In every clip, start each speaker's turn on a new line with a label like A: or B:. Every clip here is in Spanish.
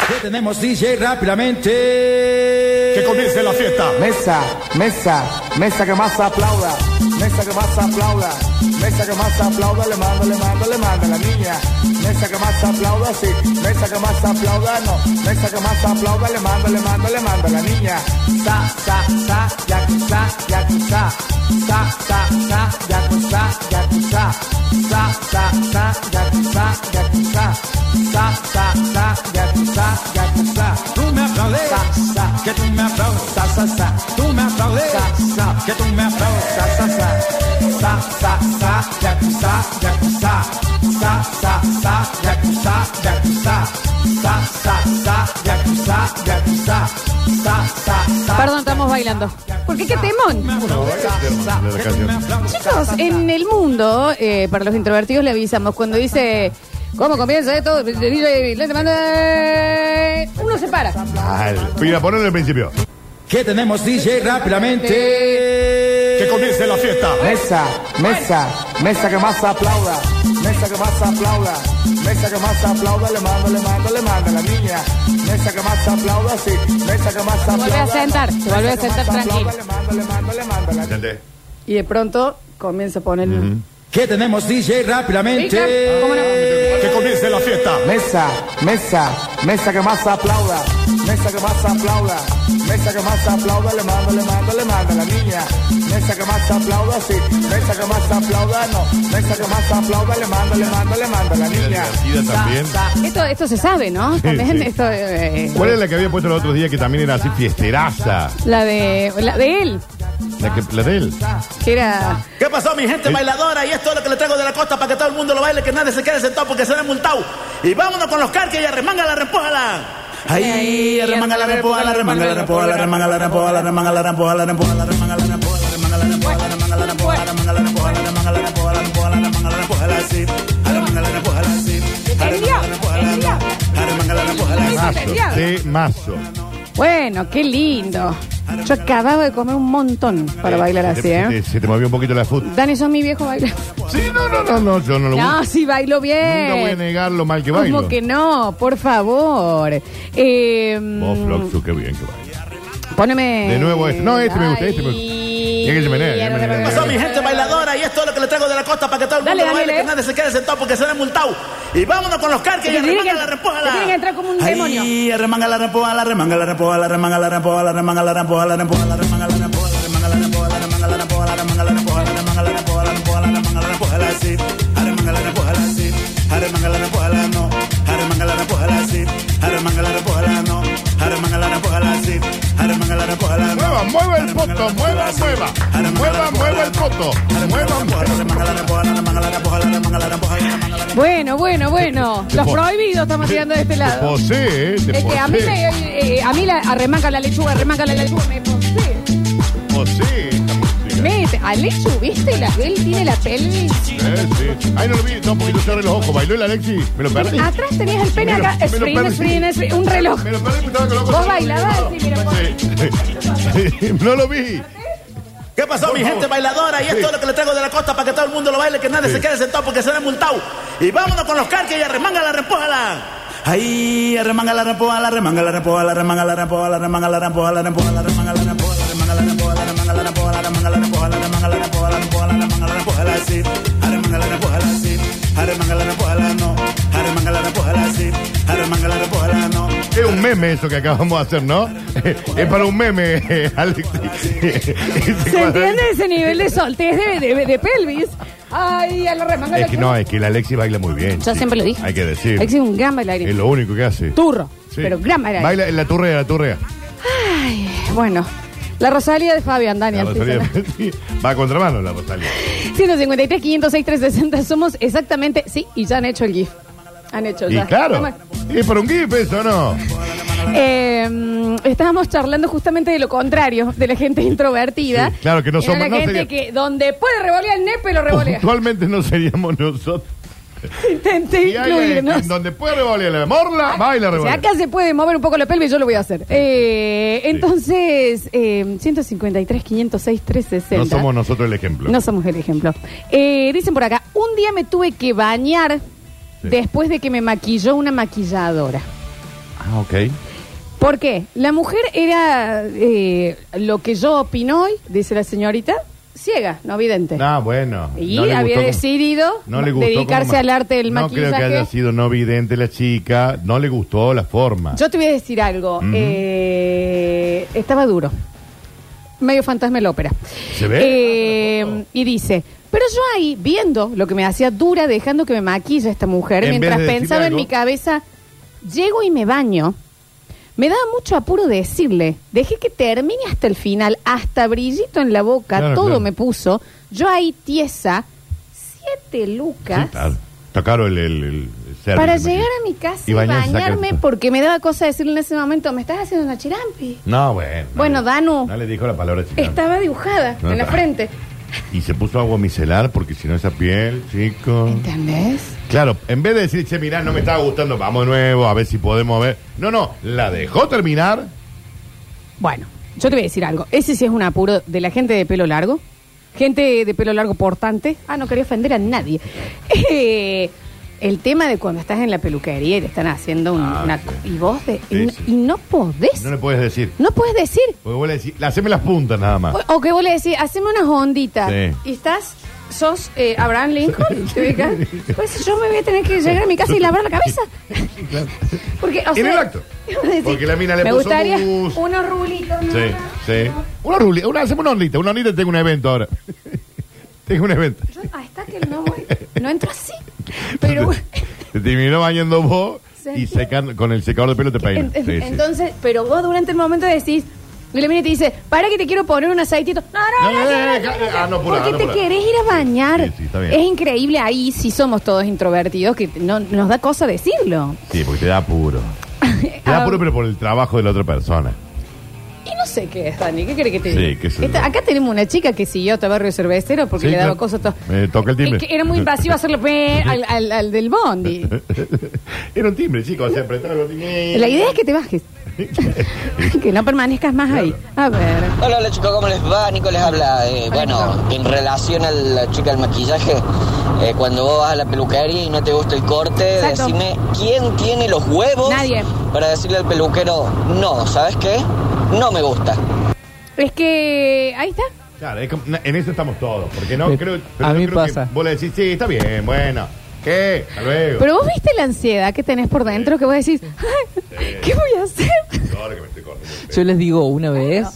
A: Ya tenemos DJ rápidamente.
B: Que comience la fiesta.
C: Mesa, mesa, mesa que más aplauda, mesa que más aplauda, mesa que más aplauda, le manda, le manda, le manda a la niña. Mesa que más aplauda, sí, mesa que más aplauda, no, mesa que más aplauda, le manda, le manda, le manda a la niña. Sa, sa, sa, ya que sa, ya que sa, sa, sa, sa, ya que sa, ya que sa, sa, sa, sa, ya que sa, ya que sa, sa, sa, sa, ya que sa, ya que sa.
A: Tú me aplaudes,
C: Sa, sa.
A: que tú me aplaudes,
C: Sa, sa, sa.
A: tú me aplaudes,
C: Sa, sa.
A: que tú me aplaudes.
C: sa sa sa sa sa sa yakuza yakuza sa sa sa yakuza yakuza sa sa sa yakuza yakuza sa sa sa
D: Perdón, estamos bailando. ¿Por qué qué temón?
B: De la canción.
D: Chicos, en el mundo, eh, para los introvertidos le avisamos, cuando dice, ¿cómo comienza esto? Uno se para.
B: Mal. Mira, ponelo en el principio.
A: Que tenemos DJ rápidamente.
B: Que comience la fiesta.
C: Mesa, mesa, mesa que más aplauda, mesa que más aplauda, mesa que más aplauda, le manda, le manda, le manda a la niña. Mesa que más aplauda, sí, mesa que más aplauda.
D: vuelve a sentar, se vuelve a
C: Mesa que
D: sentar
C: más aplauda,
D: tranquilo.
C: Le manda, le manda, le manda a la niña.
B: ¿Entendés?
D: Y de pronto comienza a poner...
A: Que tenemos DJ
D: Pica, ¿cómo no?
A: rápidamente.
B: Que comience la fiesta.
C: Mesa, mesa, mesa que más aplauda, mesa que más aplauda, mesa que más aplauda, le manda, le manda, le manda a la niña. Mesa que más aplauda, sí, mesa que más aplauda, no, mesa que más aplauda, le manda, le manda, le manda a la niña.
B: divertida también.
D: Esto, esto se sabe, ¿no? También
B: sí.
D: esto... eh,
B: ¿Cuál es la que había puesto los otros días que también era así fiesteraza?
D: la, de, la de él,
B: La, que, la de él.
D: que era...
E: ¿Qué pasó, mi gente bailadora? Y esto es lo que le traigo de la costa para que todo el mundo lo baile, que nadie se quede sentado porque se ve multado. Y vámonos con los carques y arremanga la repójala. Ahí, arremanga la repójala, arremanga la repójala, arremanga la repójala, arremanga la repójala, arremanga la repójala, arremanga la repójala, arremanga la repójala, arremanga la repójala, arremanga la repójala, arremanga la repójala, arremanga la repójala, así. Arremanga la repójala, así. Arremanga la repójala, arremanga la repójala, así.
B: Mazo. Sí, mazo.
D: Bueno, qué lindo. Yo acababa de comer un montón para bailar
B: Se
D: así,
B: te-
D: ¿eh?
B: se te- Se te movió un poquito la foot.
D: Dani, sos mi viejo bailar.
B: Sí, no, no, no, no, yo no lo
D: No, sí, bailo bien.
B: Nunca voy a negar lo mal que bailo.
D: ¿Cómo que no? Por favor. Eh,
B: Vos, Floxu, qué bien que baila.
D: Póneme.
B: De nuevo este. No, este me gusta, este me gusta.
D: Ay,
B: Es que se menea, ya me
D: ahora
B: menea.
D: me-
E: Pasó mi gente bailadora y esto es lo que le traigo de la costa para que todo el mundo
D: Dale,
E: lo baile,
D: dale,
E: que
D: eh.
E: nadie se quede sentado porque se ve multado. Y vámonos con los carques y
D: Te tiene que-
E: arremanga la
D: te
E: repójala.
D: tiene que entrar como un demonio.
E: Ahí, arremanga la repójala, arremanga la repójala, arremanga la repójala, arremanga la repójala, arremanga la repójala, arremanga la repójala, arremanga la repójala, arremanga la repójala, arremanga la repójala, arremanga la repójala, arremanga la repójala, así. Arremanga la repójala, así. Arremanga la repójala, no. Arremanga la repójala, así. Arremanga la repójala, no. Arremanga la repójala, así. Arremanga la repójala, no.
B: Mueva, mueva el poto, mueva, mueva. Mueva, mueva el poto. Mueva, mueva.
D: Bueno, bueno, bueno.
B: Te
D: Los
B: pon-
D: prohibidos estamos tirando de este
B: Te
D: lado.
B: posee, eh, te
D: Es que a mí,
B: posee.
D: me, eh, a mí la arremanga la lechuga, arremanga la lechuga. Me posee.
B: Posee esta música.
D: Mete. Alechu, ¿viste? La, él tiene la pelvis.
B: Eh, sí. Ay, no lo vi, no, porque yo cerré los ojos. ¿Bailó el Alexi? Me lo perdí.
D: Atrás tenías el pene
B: Me lo-
D: acá.
B: me lo
D: Spring,
B: perdí.
D: spring, spring. Un reloj.
B: Me lo perdí, me estaba con los ojos.
D: Vos bailabas así, mira, vos.
B: Sí. No lo vi.
E: ¿Qué pasó, mi gente bailadora? Y esto
B: Sí.
E: es lo que le traigo de la costa para que todo el mundo lo baile, que nadie
B: Sí.
E: se quede sentado porque se ve multado. Y vámonos con los carques y arremanga la repójala. Ahí, arremanga la repójala, arremanga la repójala, arremanga la repójala, arremanga la repójala, arremanga la repójala, arremanga la repójala, arremanga la repójala, arremanga la repójala, arremanga la repójala, arremanga la repójala, arremanga la repójala, así. Arremanga la repójala, así. Arremanga la repójala, no. Arremanga la repójala, así. Arremanga la repójala, no.
B: Es un meme eso que acabamos de hacer, ¿no? Es para un meme, eh, Alexi.
D: ¿Se entiende ese nivel de soltez de, de, de pelvis? Ay, a la remanga
B: Es que no, es que el Alexi baila muy bien.
D: Yo
B: sí.
D: siempre lo dije.
B: Hay que decir.
D: Existe un gran
B: Es
D: bailarín.
B: lo único que hace.
D: Turro.
B: Sí.
D: Pero gran bailarín.
B: Baila en la turrea, la turrea.
D: Bueno. La Rosalía de Fabián,
B: La
D: Daniel.
B: Rosalía. Sí, Va a contramano la Rosalía.
D: 153, 506, 360. Somos exactamente. Sí, y ya han hecho el GIF. Han hecho
B: Y
D: ya.
B: claro.
D: Toma.
B: Es para un gif eso, ¿no?
D: Eh, mm, estábamos charlando justamente de lo contrario, de la gente introvertida.
B: Sí, claro, que no
D: Era
B: somos-
D: La
B: no
D: gente
B: sería-
D: que donde puede revolear el nepe, lo revolea.
B: Puntualmente no seríamos nosotros.
D: Intenté
B: Y ahí,
D: incluirnos.
B: en donde puede revolear la morla, baila
D: Si
B: revolear.
D: acá se puede mover un poco la pelvis, yo lo voy a hacer. Eh, entonces, eh, 153, 506, 360.
B: No somos nosotros el ejemplo.
D: No somos el ejemplo. Eh, dicen por acá, un día me tuve que bañar
B: Sí.
D: después de que me maquilló una maquilladora.
B: Ah, ok.
D: ¿Por qué? La mujer era eh, lo que yo opino hoy, dice la señorita, ciega, no vidente.
B: Ah, bueno.
D: Y
B: le
D: había
B: gustó
D: decidido
B: no le gustó
D: dedicarse
B: cómo-
D: al arte del
B: No creo
D: maquillaje.
B: que haya sido no vidente la chica. No le gustó la forma.
D: Yo te voy a decir algo.
B: Ujú.
D: Eh, estaba duro. Medio fantasma de la ópera.
B: ¿Se ve?
D: Eh, y dice, pero yo ahí, viendo lo que me hacía dura, dejando que me maquilla esta mujer,
B: En
D: mientras
B: vez de decir
D: pensaba en
B: algo.
D: mi cabeza, llego y me baño. Me daba mucho apuro decirle, dejé que termine hasta el final, hasta brillito en la boca,
B: Claro,
D: todo
B: claro.
D: me puso. Yo ahí tiesa, siete lucas.
B: Sí, claro. Está caro el, el, el service
D: Para
B: de maquillaje.
D: llegar a mi casa y,
B: pues, bañarse, saca-
D: bañarme, porque me daba cosa decirle en ese momento, me estás haciendo una chirampi.
B: No, bueno. no
D: Bueno,
B: le-
D: Danu.
B: No le dijo la palabra chica.
D: Estaba dibujada
B: No,
D: en la
B: está.
D: frente.
B: Y se puso agua micelar porque si no esa piel, chico.
D: ¿Entendés?
B: Claro, en vez de decir, che, mirá, no me estaba gustando, vamos de nuevo, a ver si podemos ver. No, no, la dejó terminar.
D: Bueno, yo te voy a decir algo. Ese sí es un apuro de la gente de pelo largo. Gente de pelo largo portante. Ah, no quería ofender a nadie. Eh, el tema de cuando estás en la peluquería y te están haciendo un-
B: Ah,
D: una...
B: sí.
D: Y vos de-
B: Sí,
D: y,
B: sí.
D: y no podés.
B: No le puedes decir.
D: No puedes decir.
B: Porque vos le decís, haceme las puntas nada más.
D: O, o que vos le decís, haceme unas onditas.
B: Sí.
D: Y estás, sos eh, Abraham Lincoln, ¿te ubicas? Pues yo me voy a tener que llegar a mi casa y lavar la cabeza. Porque, o
B: En
D: sea,
B: el acto.
D: iba a decir,
B: Porque la mina le
D: me
B: puso
D: gustaría
B: mousse.
D: unos rulitos. ¿no?
B: Sí, sí. Una rulita, una, hacemos una ondita, una ondita y tengo un evento ahora. tengo un evento.
D: Yo, ah, está que no voy, no entro así. Pero bueno,
B: Te terminó bañando vos
D: Sí.
B: y secando, con el secador de pelo te peinas.
D: en- en-
B: Sí, sí.
D: entonces, pero vos durante el momento decís, y la mina te dice, para que te quiero poner un aceitito. No, no,
B: No, no,
D: no,
B: no,
D: no,
B: no,
D: no, no,
B: ah, no, apura,
D: porque
B: no,
D: te
B: apura.
D: querés ir a bañar.
B: Sí, sí, está bien.
D: Es increíble ahí, si somos todos introvertidos, que no, nos da cosa decirlo.
B: Sí, porque te da apuro. Te
D: Ah.
B: da apuro, pero por el trabajo de la otra persona.
D: Y no sé qué es, Dani. ¿Qué crees que te
B: Sí,
D: diga?
B: qué sé yo.
D: Esta- Acá tenemos una chica que siguió a Barrio Cervecero porque
B: Sí,
D: le daba
B: claro.
D: cosas. to-
B: Eh, toca el timbre.
D: Eh, que era muy invasivo hacerle pe- al, al- al del Bondi.
B: Era un timbre, chicos, se apretaba los timbres.
D: La idea es que te bajes. que no permanezcas más ahí. A ver.
F: Hola, hola chicos, ¿cómo les va? Nico les habla. Eh, bueno, en relación a la chica del maquillaje, eh, cuando vos vas a la peluquería y no te gusta el corte,
D: Exacto.
F: decime quién tiene los huevos
D: Nadie.
F: para decirle al peluquero, no, ¿sabes qué? No me gusta.
D: Es que. Ahí está.
B: Claro, es como- en eso estamos todos. Porque no
G: Me-
B: creo.
G: a
B: yo
G: mí
B: creo que
G: pasa.
B: Vos le decís, sí, está bien, bueno. ¿Qué? Hasta luego.
D: Pero vos viste la ansiedad que tenés por dentro que vos decís, "Ay, ¿qué voy a hacer?
B: No, ahora que me estoy cortando el pelo.
G: Yo les digo una vez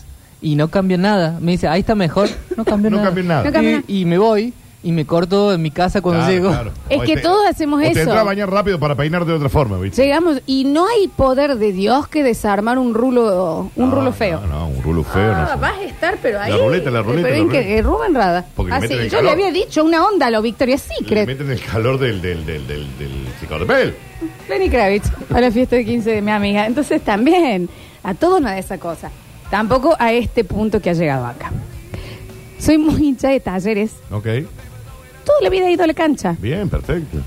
G: y no cambio nada. Me dice, ahí está mejor. No cambio
B: No
G: nada.
B: cambió nada.
D: No cambió nada.
G: Y, y me voy y me corto en mi casa cuando
B: Claro,
G: llego.
B: claro.
D: Es
B: O
D: que
B: te-
D: todos hacemos
B: o
D: eso.
B: Te entra a bañar rápido para peinar de otra forma, ¿viste?
D: Llegamos y no hay poder de Dios que desarmar un rulo, un
B: No,
D: rulo feo.
B: No, no, un rulo feo.
D: Ah,
B: no sé.
D: vas a estar, pero ahí.
B: ruleta, la ruleta,
D: Pero
B: la
D: en que-
B: ruleta.
D: eh, Rubén Rada.
B: Porque le
D: Así,
B: meten el
D: yo le
B: calor.
D: había dicho una onda a lo Victoria's
B: Le
D: Secret.
B: meten el calor del, del, del, del, del secador de pelo.
D: Lenny Kravitz, a la fiesta de 15 de mi amiga. Entonces también, a todos nos da esa cosa. Tampoco a este punto que ha llegado acá. Soy muy hincha de talleres.
B: Ok,
D: Toda la vida he ido a la cancha.
B: bien, perfecto.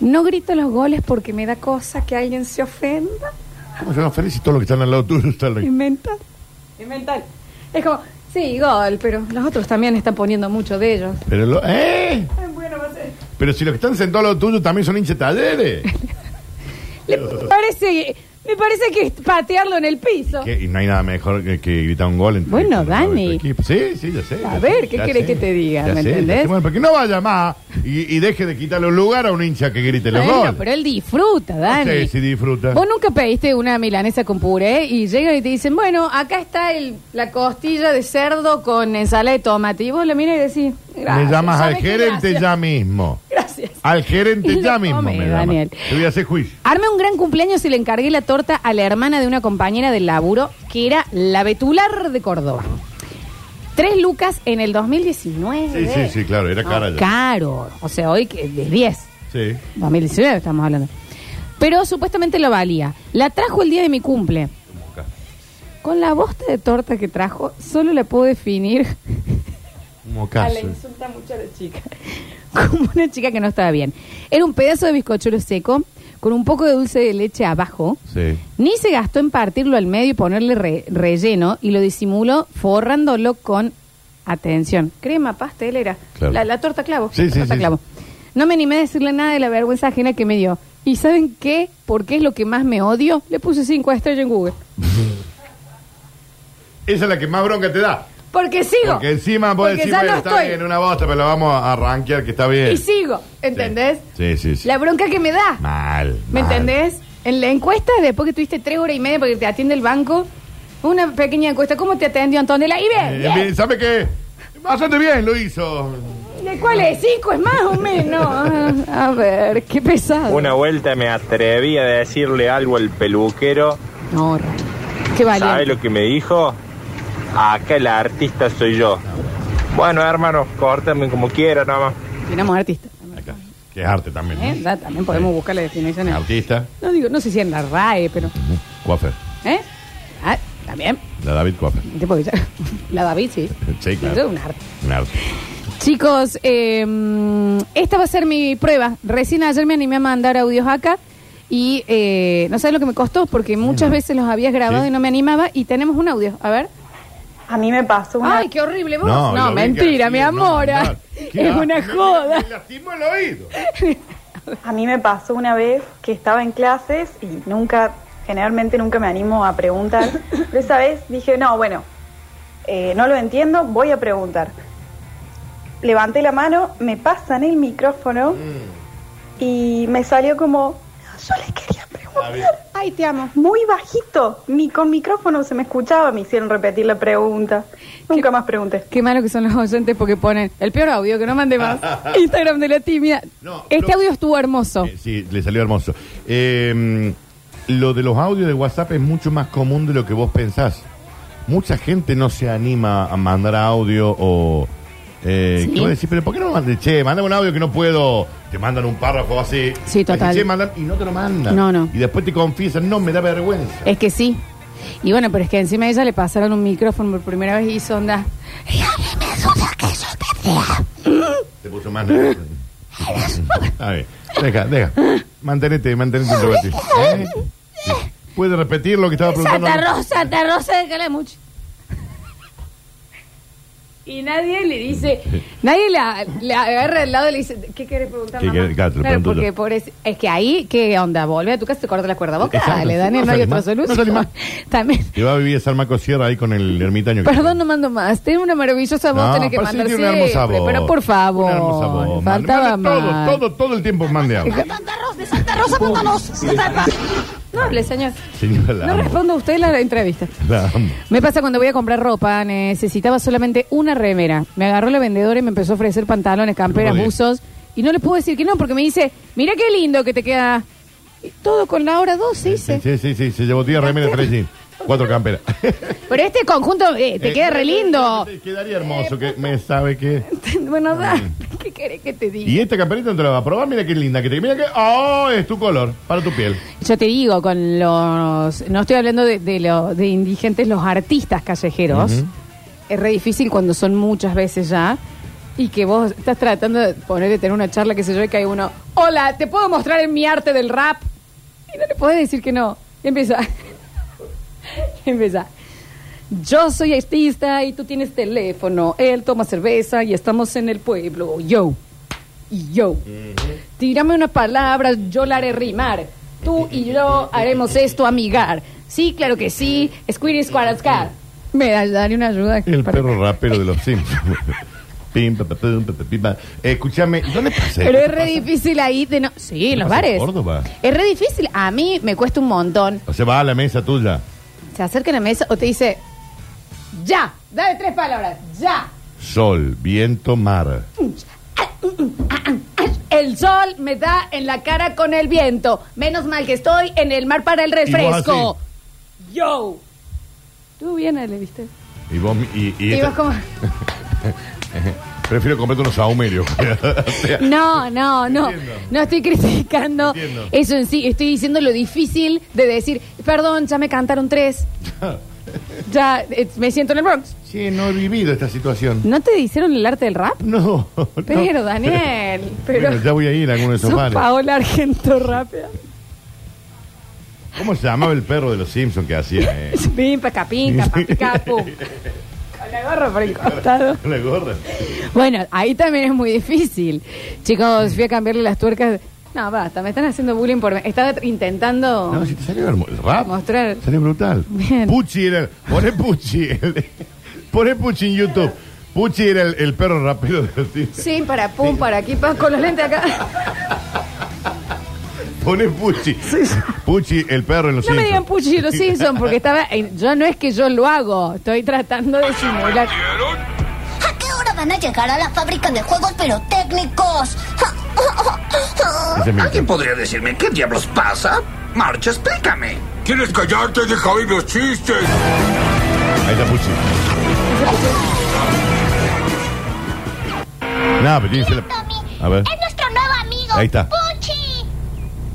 D: No grito los goles porque me da cosa que alguien se ofenda.
B: ¿Cómo se llama feliz y todos los que están al lado tuyo están
D: Es mental. Es mental. Es como, sí, gol, pero los otros también están poniendo mucho de ellos.
B: Pero lo- ¡Eh! Pero si los que están sentados al lado tuyo también son hinchas de talleres.
D: Le parece, me parece que es patearlo en el piso.
B: ¿Qué? Y no hay nada mejor que, que gritar un gol. entre- cuando
D: Bueno,
B: lo ve
D: Dani.
B: tu equipo. Sí, sí, ya sé.
D: A
B: ya
D: ver,
B: sé,
D: ¿qué
B: ya
D: querés
B: sé,
D: que te diga?
B: ya sé,
D: ¿Me
B: ya
D: entendés?
B: sé. Bueno, porque no vaya más y, y deje de quitarle un lugar a un hincha que grite los
D: Bueno,
B: goles.
D: pero él disfruta, Dani.
B: Sí, sí, disfruta.
D: Vos nunca pediste una milanesa con puré y llegan y te dicen, bueno, acá está el, la costilla de cerdo con ensalada de tomate. Y vos la miras y decís, gracias.
B: Me llamas al
D: ¿sabes qué?
B: gerente
D: Gracias.
B: ya mismo.
D: Gracias.
B: Al gerente
D: Y lo
B: ya
D: come,
B: mismo, me llama.
D: Daniel.
B: Te voy a hacer juicio.
D: Arme un gran cumpleaños y le encargué la torta a la hermana de una compañera del laburo, que era la Betular de Córdoba. Tres lucas en el 2019.
B: Sí, sí, sí, claro, era
D: No,
B: cara ya.
D: caro. O sea, hoy que de 10.
B: Sí.
D: 2019 estamos hablando. Pero supuestamente lo valía. La trajo el día de mi cumple. Con la bosta de torta que trajo, solo la puedo definir.
B: Un
D: a
B: mocazo.
D: la Ah, insulta mucho a la chica. Como una chica que no estaba bien. Era un pedazo de bizcochuelo seco con un poco de dulce de leche abajo.
B: Sí.
D: Ni se gastó en partirlo al medio y ponerle re- relleno y lo disimuló forrándolo con, atención, crema pastelera.
B: Claro.
D: La, la torta clavo.
B: Sí,
D: la
B: sí,
D: torta
B: sí,
D: clavo. No me animé a decirle nada de la vergüenza ajena que me dio. ¿Y saben qué? ¿Por qué es lo que más me odio? Le puse cinco estrellas en Google.
B: Esa es la que más bronca te da.
D: Porque sigo.
B: Porque encima vos
D: Porque
B: decís,
D: ya
B: bueno,
D: no
B: está
D: estoy.
B: bien, una bosta, pero la vamos a rankear que está bien.
D: Y sigo, ¿entendés?
B: Sí, sí, sí.
D: La bronca que me da.
B: Mal.
D: ¿Me
B: mal.
D: entendés? En la encuesta, después que tuviste tres horas y media porque te atiende el banco, una pequeña encuesta, ¿cómo te atendió Antonella? Y bien,
B: Eh,
D: bien.
B: bien, ¿Sabe qué? Bastante bien lo hizo.
D: ¿De cuál es? Cinco es más o menos. Ah, A ver, qué pesado.
H: Una vuelta me atreví a decirle algo al peluquero.
D: No, ra- qué
H: ¿Sabe
D: valiente.
H: lo que me dijo? Acá el artista soy yo. Bueno, hermano, córtame como quiera, nomás.
D: Tenemos artista.
B: Acá, que es arte también.
D: ¿eh? Ya También podemos buscar la definición. en-
B: Artista,
D: No digo, no sé si en la RAE, pero.
B: Coafer.
D: ¿Eh? Ah, también.
B: La David Coafer.
D: Te puedo decir. La David, sí.
B: Sí,
D: Eso es
B: claro.
D: un arte.
B: Un arte.
D: Chicos, eh, esta va a ser mi prueba. Recién ayer me animé a mandar audios acá y eh, no sé lo que me costó porque muchas veces los habías grabado
B: Sí.
D: y no me animaba y tenemos un audio. A ver.
I: A mí me pasó una...
D: Ay, qué horrible vos.
B: No, lo
D: No,
B: vi que
D: mentira,
B: hacía,
D: mi
B: no,
D: amor.
B: no. Qué
D: es
B: asco,
D: una
B: me-
D: joda.
B: Me lastimó el oído.
I: A mí me pasó una vez que estaba en clases y nunca, generalmente nunca me animo a preguntar, pero esa vez dije, no, bueno, eh, no lo entiendo, voy a preguntar. Levanté la mano, me pasan el micrófono y me salió como, yo le quería preguntar.
D: Ay, te amo.
I: Muy bajito, ni con micrófono se me escuchaba, me hicieron repetir la pregunta. Nunca más pregunté.
D: Qué malo que son los oyentes porque ponen el peor audio que no mande más. Instagram de la timia.
B: No,
D: este
B: lo-
D: audio estuvo hermoso.
B: Eh, Sí, le salió hermoso. Eh, lo de los audios de WhatsApp es mucho más común de lo que vos pensás. Mucha gente no se anima a mandar audio o... Eh,
D: Sí.
B: que vos decís, pero ¿por qué no me mandas? Che, mandame un audio que no puedo. Te mandan un párrafo así.
D: Sí, total.
B: Decís, "Che, mandame", y no te lo mandan.
D: No, no. Eh.
B: Y después te confiesan, no, me da vergüenza.
D: Es que sí. Y bueno, pero es que encima a ella le pasaron un micrófono por primera vez y hizo onda.
B: Te puso más nervioso. A ver, deja, deja. Mantenete, mantenete introvertido. ¿Eh? ¿Puede repetir lo que estaba preguntando?
D: Santa Rosa, Santa Rosa de Calamuch. Y nadie le dice, nadie la, la agarra del lado y le dice, ¿qué quieres preguntar,
B: ¿Qué
D: mamá?
B: quieres? Claro, te lo
D: Claro,
B: pregunto
D: porque
B: yo.
D: pobrece- es que ahí, ¿qué onda? Volve a tu casa, te corta la cuerda vocal,
B: Exacto,
D: dale,
B: sí,
D: Daniel,
B: no
D: no
B: salís
D: hay otra
B: más, no
D: solución.
B: salís más.
D: También,
B: Que va a vivir San Marco Sierra ahí con el ermitaño. que-
D: perdón, no mando más, tiene una maravillosa voz,
B: No,
D: tenés que
B: aparte
D: mandar
B: tiene una hermosa
D: siempre,
B: voz.
D: pero por favor,
B: Una hermosa voz.
D: faltaba
B: Manda todo,
D: más.
B: Todo, todo el tiempo mande agua.
D: No hable, señor.
B: Señora, la
D: No
B: amo.
D: respondo a usted la entrevista.
B: La amo.
D: Me pasa cuando voy a comprar ropa, necesitaba solamente una remera. Me agarró la vendedora y me empezó a ofrecer pantalones, camperas,
B: Joder.
D: buzos. Y no le puedo decir que no, porque me dice, mira qué lindo que te queda. Y todo con la hora 12,
B: Sí,
D: dice.
B: sí, sí, sí, se llevó 10 remeras, 3 jeans, 4 camperas.
D: Pero este conjunto eh, te
B: Eh,
D: queda re lindo.
B: Te quedaría hermoso, que me sabe que...
D: bueno, da. ¿Qué querés que te diga?
B: Y esta camperita no te la va a probar, mira qué linda que te... Mira que... ¡Oh! Es tu color, para tu piel.
D: Yo te digo, con los. No estoy hablando de, de, lo- de indigentes, los artistas callejeros. Es re difícil cuando son muchas veces ya. Y que vos estás tratando de ponerle tener una charla, que se yo, y que hay uno. Hola, ¿te puedo mostrar mi arte del rap? Y no le podés decir que no. Y empieza. y empieza. Yo soy artista y tú tienes teléfono. Él toma cerveza y estamos en el pueblo. Yo. Y yo. Tírame una palabra, yo la haré rimar. Tú y yo haremos esto amigar. Sí, claro que sí. Squirty Squaratscar. Me da, dale una ayuda.
B: El
D: Para-
B: perro rapero de los Simpsons. Pim, pa, pa, pum, pa, pa, pim, pa. Eh, Escúchame, ¿dónde pasé?
D: Pero es re difícil ahí de no. Sí, en los
B: pasa en
D: bares.
B: Córdoba?
D: Es re difícil. A mí me cuesta un montón.
B: O sea, va a la mesa tuya.
D: Se acerca a la mesa o te dice. Ya, dale tres palabras. Ya.
B: Sol, viento, mar.
D: El sol me da en la cara con el viento. Menos mal que estoy en el mar para el
B: Y vos
D: refresco. Yo. Tú bien, Ale, viste.
B: Y vos... mi- Y, y
D: Y
B: esta-
D: vos como-
B: Prefiero comprarte unos saumerios. O sea,
D: No, no, no.
B: Entiendo.
D: No estoy criticando
B: Entiendo.
D: eso en sí. Estoy diciendo lo difícil de decir, perdón, ya me cantaron tres. Ya eh, me siento en el Bronx.
B: Sí, no he vivido esta situación.
D: ¿No te hicieron el arte del rap?
B: No. no.
D: Pero, Daniel, pero...
B: Bueno, ya voy a ir a eh. alguno de esos
D: Sos
B: bares.
D: Paola Argento rapea.
B: ¿Cómo se llamaba el perro de los Simpsons que hacía? Eh?
D: Pimpa, capinca, papicapo. Con la gorra por el costado.
B: La gorra.
D: Bueno, ahí también es muy difícil. Chicos, fui a cambiarle las tuercas. No, basta, me están haciendo bullying por... Estaba intentando...
B: No, si te salió hermoso. Rap.
D: Mostrar.
B: Salió brutal.
D: Bien.
B: Pucci era el. Poné Pucci. el- poné Pucci en YouTube. Pucci era el, el perro rapero de Argentina.
D: Sí, para pum, para aquí, pa, con los lentes acá.
B: Poné Pucci. Pucci, el perro en los
D: No me
B: Simpsons.
D: digan Pucci y los Simpsons, porque estaba. en- yo no es que yo lo hago, estoy tratando de simular.
J: ¿A qué hora van a llegar a la fábrica de juegos pirotécnicos?
B: Ese es mi-
K: ¿Alguien podría decirme qué diablos pasa? Marcha, explícame.
L: ¿Quieres callarte? Deja oír los chistes.
B: Ahí está Pucci. No, pero tiene que ser la- A ver.
J: Es nuestro nuevo amigo,
B: Ahí está.
J: Puchi.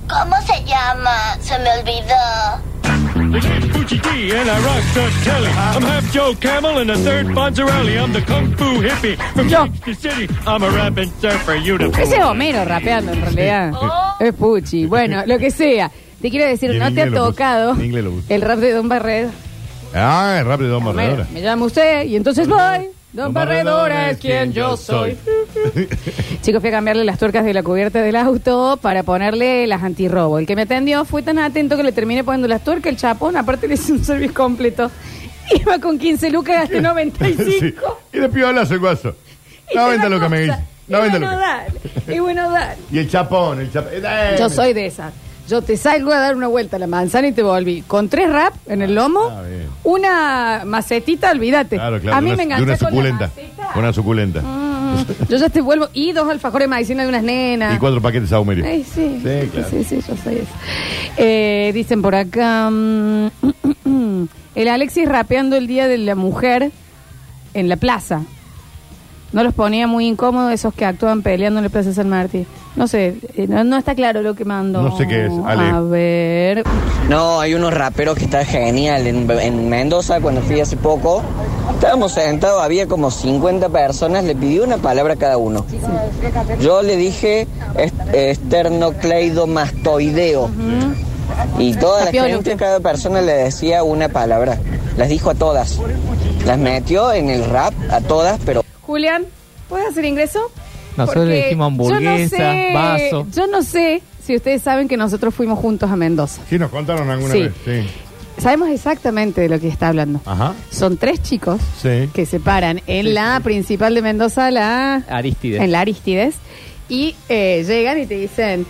J: ¿Cómo se llama? Se me olvidó.
M: Poochie D and I rock Doug Kelly. I'm half Joe Camel and a third Bonzarelli. I'm the Kung Fu hippie from Gangster City. I'm a rapping surfer, you the
D: Ese es
M: fool.
D: Homero rapeando en realidad. Es Pucci. Bueno, lo que sea. Te quiero
B: Oh. Y
D: decir,
B: en
D: no te ha
B: inglés lo puso,
D: tocado
B: en inglés lo puso.
D: el rap de Don Barredo.
B: Ah, el rap de Don
D: Homero,
B: Barredora.
D: me llama usted y entonces voy. Don Barredora es quien yo soy. Chicos, fui a cambiarle las tuercas de la cubierta del auto para ponerle las antirrobo. El que me atendió fue tan atento que le terminé poniendo las tuercas, el chapón, aparte le hice un servicio completo. Iba con 15 lucas, gasté 95.
B: Sí. Y le piolazo el guaso.
D: Y
B: No,
D: se
B: venta
D: la
B: lo que me
D: cosa.
B: dice. No,
D: Y
B: venta lo
D: bueno,
B: que.
D: dale. Y bueno, dale.
B: Y el chapón, el chapón. Eh,
D: Yo soy de esas. Yo te salgo a dar una vuelta a la manzana y te volví. Con tres rap en el lomo,
B: Ah, bien.
D: una macetita, olvídate.
B: Claro, claro.
D: a mí
B: de
D: me
B: una, de
D: enganché
B: una
D: con la
B: suculenta.
D: maceta.
B: Una suculenta.
D: Mm, yo ya te vuelvo. Y dos alfajores de medicina de unas nenas.
B: Y cuatro paquetes de saumerio.
D: Ah, Ay, sí.
B: Sí, claro.
D: Sí, sí, yo soy esa. Eh, dicen por acá. mm, el Alexis rapeando el día de la mujer en la plaza. No los ponía muy incómodos esos que actúan peleando en la plaza de San Martín. No sé, eh, no, no está claro lo que mandó.
F: No sé qué es, Ale.
D: A ver.
F: No, hay unos raperos que están genial. En, en Mendoza, cuando fui hace poco, estábamos sentados, había como 50 personas, le pedí una palabra a cada uno. Yo le dije est- esternocleidomastoideo. Y toda la
D: Está piola
F: gente, cada persona le decía una palabra. Las dijo a todas. Las metió en el rap a todas, pero...
D: Julián, ¿puedes hacer ingreso?
G: Nosotros
D: Porque
G: le dijimos
D: yo
G: hamburguesa,
D: no sé-
G: vaso.
D: Yo no sé si ustedes saben que nosotros fuimos juntos a Mendoza.
B: Sí, nos contaron alguna
D: Sí.
B: vez. Sí.
D: Sabemos exactamente de lo que está hablando.
B: Ajá.
D: Son tres chicos
B: Sí.
D: que se paran en la principal de Mendoza, la
G: Aristides.
D: en la Aristides, y eh, llegan y te dicen,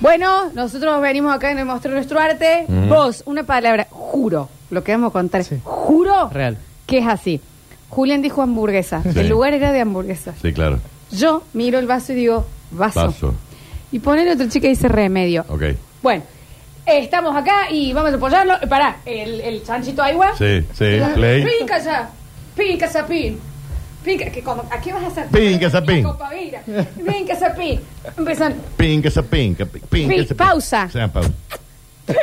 D: bueno, nosotros venimos acá y nos mostrar nuestro arte,
G: Mm.
D: vos, una palabra, juro, lo que vamos a contar, juro
G: Real.
D: que es así. Julián dijo hamburguesa,
B: Sí.
D: el lugar era de hamburguesas.
B: Sí, claro.
D: Yo miro el vaso y digo, vaso.
B: Paso.
D: Y pone la otra chica y dice remedio.
B: Ok.
D: Bueno, eh, estamos acá y vamos a apoyarlo. Eh, Pará, el, el chanchito agua.
B: Sí, sí.
D: Ah,
B: Play.
D: Pinca ya, pinca sapín. Pinca, que como, ¿a qué vas a hacer?
B: Pinca sapín.
D: La copa vira. Pinca sapín. Empezan.
B: Pinca esa pinca. pi- Pinca
D: Pi-
B: esa pinca.
D: pausa.
B: Sea pausa.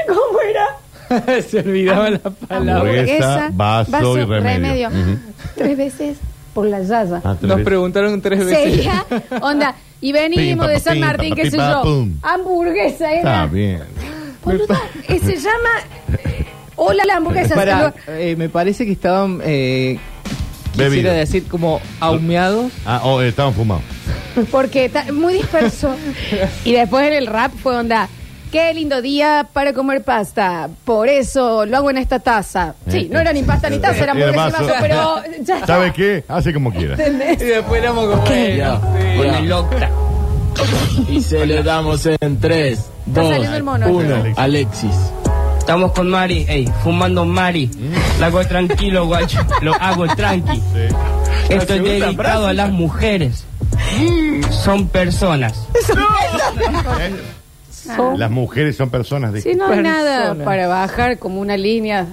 D: ¿Cómo era?
G: Se olvidaba la palabra.
B: Hamburguesa, vaso, y remedio. Ujú.
D: Tres veces por la yaya.
B: Ah, tres
G: Nos
B: veces.
G: preguntaron tres veces.
D: Sería, onda, y
G: Pim,
D: venimos
G: pa,
D: de
G: pa,
D: San
G: pim,
D: Martín,
G: pa, pa,
D: qué sé
G: pim, pa,
D: yo.
G: pum.
D: Hamburguesa
B: Está
D: era.
B: bien.
D: Boluda, eh, se llama. eh, Hola, la hamburguesa.
G: Pará, eh, me parece que estaban, eh, quisiera
B: Bebido.
G: decir, como ahumeados.
B: Ah, oh, eh, estaban fumados.
D: Porque está muy disperso. y después en el rap fue onda. Qué lindo día para comer pasta. Por eso lo hago en esta taza. Sí, no era ni pasta ni taza, era
B: Y el
D: hamburguesa y vaso,
B: vaso.
D: pero ya está.
B: eh, ¿Sabe qué? Hace como quiera.
G: Y después éramos como, bueno, sí,
N: Bueno.
G: locta.
N: Y se le damos en 3,
G: Está
N: 2,
G: saliendo el mono.
N: 1, Alexis.
O: Estamos con Mari, ey, fumando Mari.
B: Mm.
O: Lo hago tranquilo, guacho. Lo hago tranqui. Esto es
N: segunda
O: dedicado a las mujeres. Son personas.
D: Ah.
B: Las mujeres son personas. dijo.
D: Sí, no hay nada para bajar como una línea.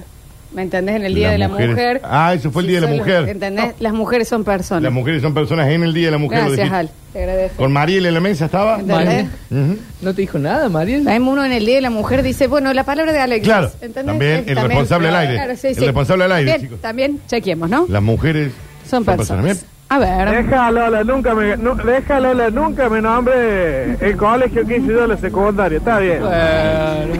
D: ¿Me entendés? En el Día
B: Las
D: de la
B: mujeres-
D: Mujer.
B: Ah, eso fue el Día de la
D: Son los-
B: Mujer.
D: ¿Entendés? Las mujeres son personas.
B: Las mujeres son personas en el Día de la Mujer. lo
D: Gracias,
B: dijiste.
D: Al. Te agradezco.
B: Con Mariel en la mesa estaba.
D: ¿Entendés?
G: ¿No te dijo nada, Mariel?
D: Hay uno en el Día de la Mujer dice, bueno, la palabra de Alexis.
B: Claro,
D: ¿entendés?
B: también
D: Eh,
B: el responsable al aire. El responsable al aire,
D: Bien,
B: chicos.
D: También chequeemos, ¿no?
B: Las mujeres
D: Son personas.
B: Bien.
D: A ver.
P: Deja Lola, nunca me, nu- deja Lola, nunca me nombre el colegio que hice yo en la secundaria, está bien.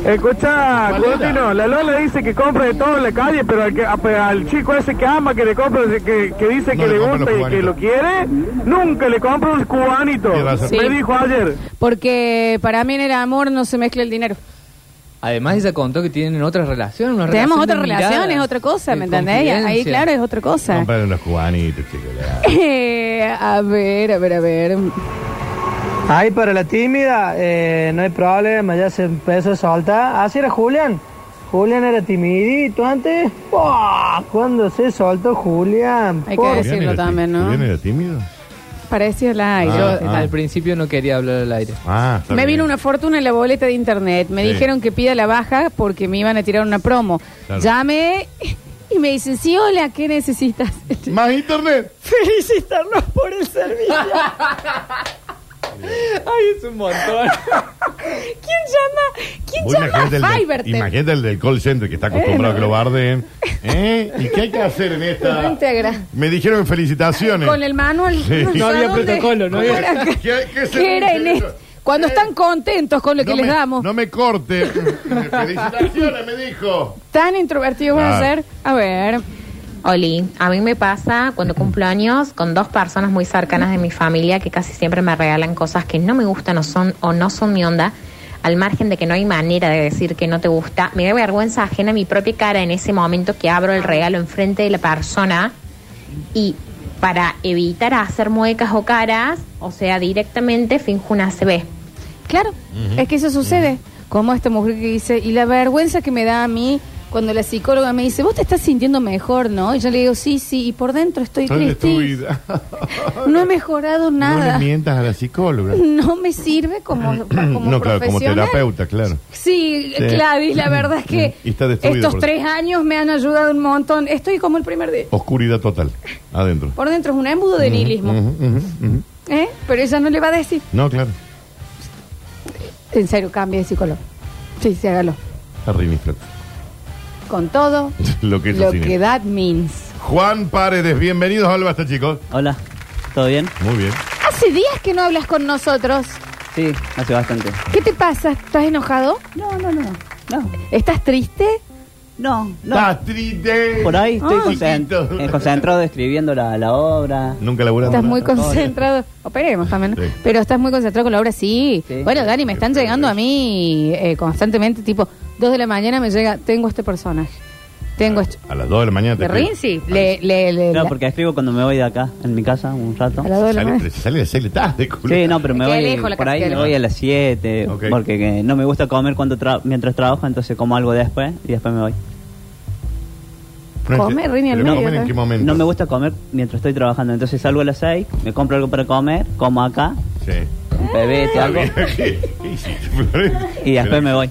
P: Escucha,
Q: ¿Cuál
P: Curtino, la Lola dice que compra de todo en la calle, pero al, que- a- pero al chico ese que ama, que le compra, que, que dice
B: No
P: que
B: le
P: le,
B: compra los
P: gusta y que
B: cubanitos.
P: lo quiere, nunca le compra un cubanito.
D: razón.
P: Eh, Me
D: Sí.
P: dijo ayer.
D: Porque para mí en el amor no se mezcla el dinero.
G: Además ella contó que tienen otras relaciones. una
D: Tenemos
G: relación
D: otras
G: de
D: relaciones,
G: miradas,
D: otra cosa,
G: de
D: ¿me entendés? Ahí,
G: confidencia.
D: claro, es otra cosa.
B: Comprarle unos cubanitos, chicos. la-
D: Eh, a ver, a ver, a ver.
R: Ay, pero la tímida, eh, no hay problema, ya se empezó a soltar. Así era Julián. Julián era timidito antes. ¡Buah! Cuando se soltó Julián.
D: Hay que
R: por-
D: decirlo
B: Julián era
D: también, ¿no?
B: ¿Julián era tímido?
D: Parecía la aire.
G: Yo
B: Ah, ah.
G: al principio no quería hablar al aire.
B: Ah, está
D: Me
B: bien.
D: vino una fortuna en la boleta de internet. Me
B: Sí.
D: dijeron que pida la baja porque me iban a tirar una promo.
B: Claro.
D: Llamé y me dicen, sí, hola, ¿qué necesitas?
B: Más internet.
D: Felicitarnos por el servicio.
G: Ay, es un montón.
D: ¿Quién llama? ¿Quién
B: Vos
D: llama
B: imagínate, el
D: a
B: del,
D: Fivertel?
B: imagínate el del call center que está acostumbrado a que lo barden. ¿Eh? ¿Y qué hay que hacer en
D: No
B: esta?
D: integra.
B: Me dijeron felicitaciones.
D: Con el manual.
B: Sí.
D: sé
B: No había
D: dónde.
B: protocolo, no había-
D: Era-
B: ¿Qué- qué
D: ¿Qué era en esto? Cuando están contentos con lo que
B: Eh, No
D: les
B: me-
D: damos.
B: No me corte. Felicitaciones, me dijo.
D: Tan introvertidos van a
B: Claro.
D: ser. A ver.
S: Oli, a mí me pasa cuando cumplo años con dos personas muy cercanas de mi familia que casi siempre me regalan cosas que no me gustan o, son, o no son mi onda, al margen de que no hay manera de decir que no te gusta. Me da vergüenza ajena mi propia cara en ese momento que abro el regalo enfrente de la persona y para evitar hacer muecas o caras, o sea, directamente finjo una CB.
D: Claro, es que eso sucede. Como esta mujer que dice, y la vergüenza que me da a mí cuando la psicóloga me dice, vos te estás sintiendo mejor, ¿no? Y yo le digo, sí, sí, y por dentro estoy
B: ¿Dónde es tu
D: triste.
B: vida?
D: No he
B: No
D: mejorado
B: le
D: nada.
B: mientas a la psicóloga.
D: No me sirve como, como
B: no, claro, como
D: profesional.
B: terapeuta, claro.
D: Sí,
B: Sí.
D: Clavis, la verdad es que
B: Y está destruido
D: estos
B: por-
D: tres años me han ayudado un montón. Estoy como el primer día.
B: Oscuridad total, adentro.
D: Por dentro es un embudo de nihilismo.
B: Ujú, ujú, ujú.
D: ¿eh? Pero ella no le va a decir.
B: No, claro.
D: En serio, cambie de psicólogo. Sí, sí, hágalo.
B: Está riniflat.
D: Con todo
B: Lo que es
D: lo
B: el cine.
D: que that means.
B: Juan Paredes, bienvenidos al Basta, chicos.
T: Hola, ¿todo bien?
B: Muy bien.
D: Hace días que no hablas con nosotros.
T: Sí, hace bastante.
D: ¿Qué te pasa? ¿Estás enojado? No, no, no. ¿Estás triste?
T: No,
D: no.
B: ¿Estás triste?
T: Ah, Por ahí estoy
D: Ah.
T: concent- eh, concentrado escribiendo la, la obra.
B: Nunca laburando.
D: Estás muy concentrado. Operemos también. ¿no? Pero estás muy concentrado con la obra, sí. Bueno, Dani, me están llegando a mí eh, constantemente, tipo, dos de la mañana me llega, tengo este personaje. Tengo este.
B: A las 2 de la mañana Ah, te
D: ¿De Rinzi? Le, le, le-
T: No,
D: la-
T: porque escribo cuando me voy de acá, en mi casa, un rato.
D: A las dos de la Sale- mañana.
B: sale de tarde,
T: Sí, no, pero me
D: Queda
T: voy
D: lejos la
T: por
D: casa,
T: ahí
D: queda
T: me
D: lejos.
T: voy a las 7,
D: Ok.
T: porque que no me gusta comer cuando tra- mientras trabajo, entonces como algo después y después me voy.
B: este,
D: Come, Rini, al
T: no,
D: medio, ¿comer en ¿eh? qué momento?
T: No me gusta comer mientras estoy trabajando, entonces salgo a las 6, me compro algo para comer, como acá,
B: Sí.
T: bebé,
D: Ah,
T: algo, y después me voy.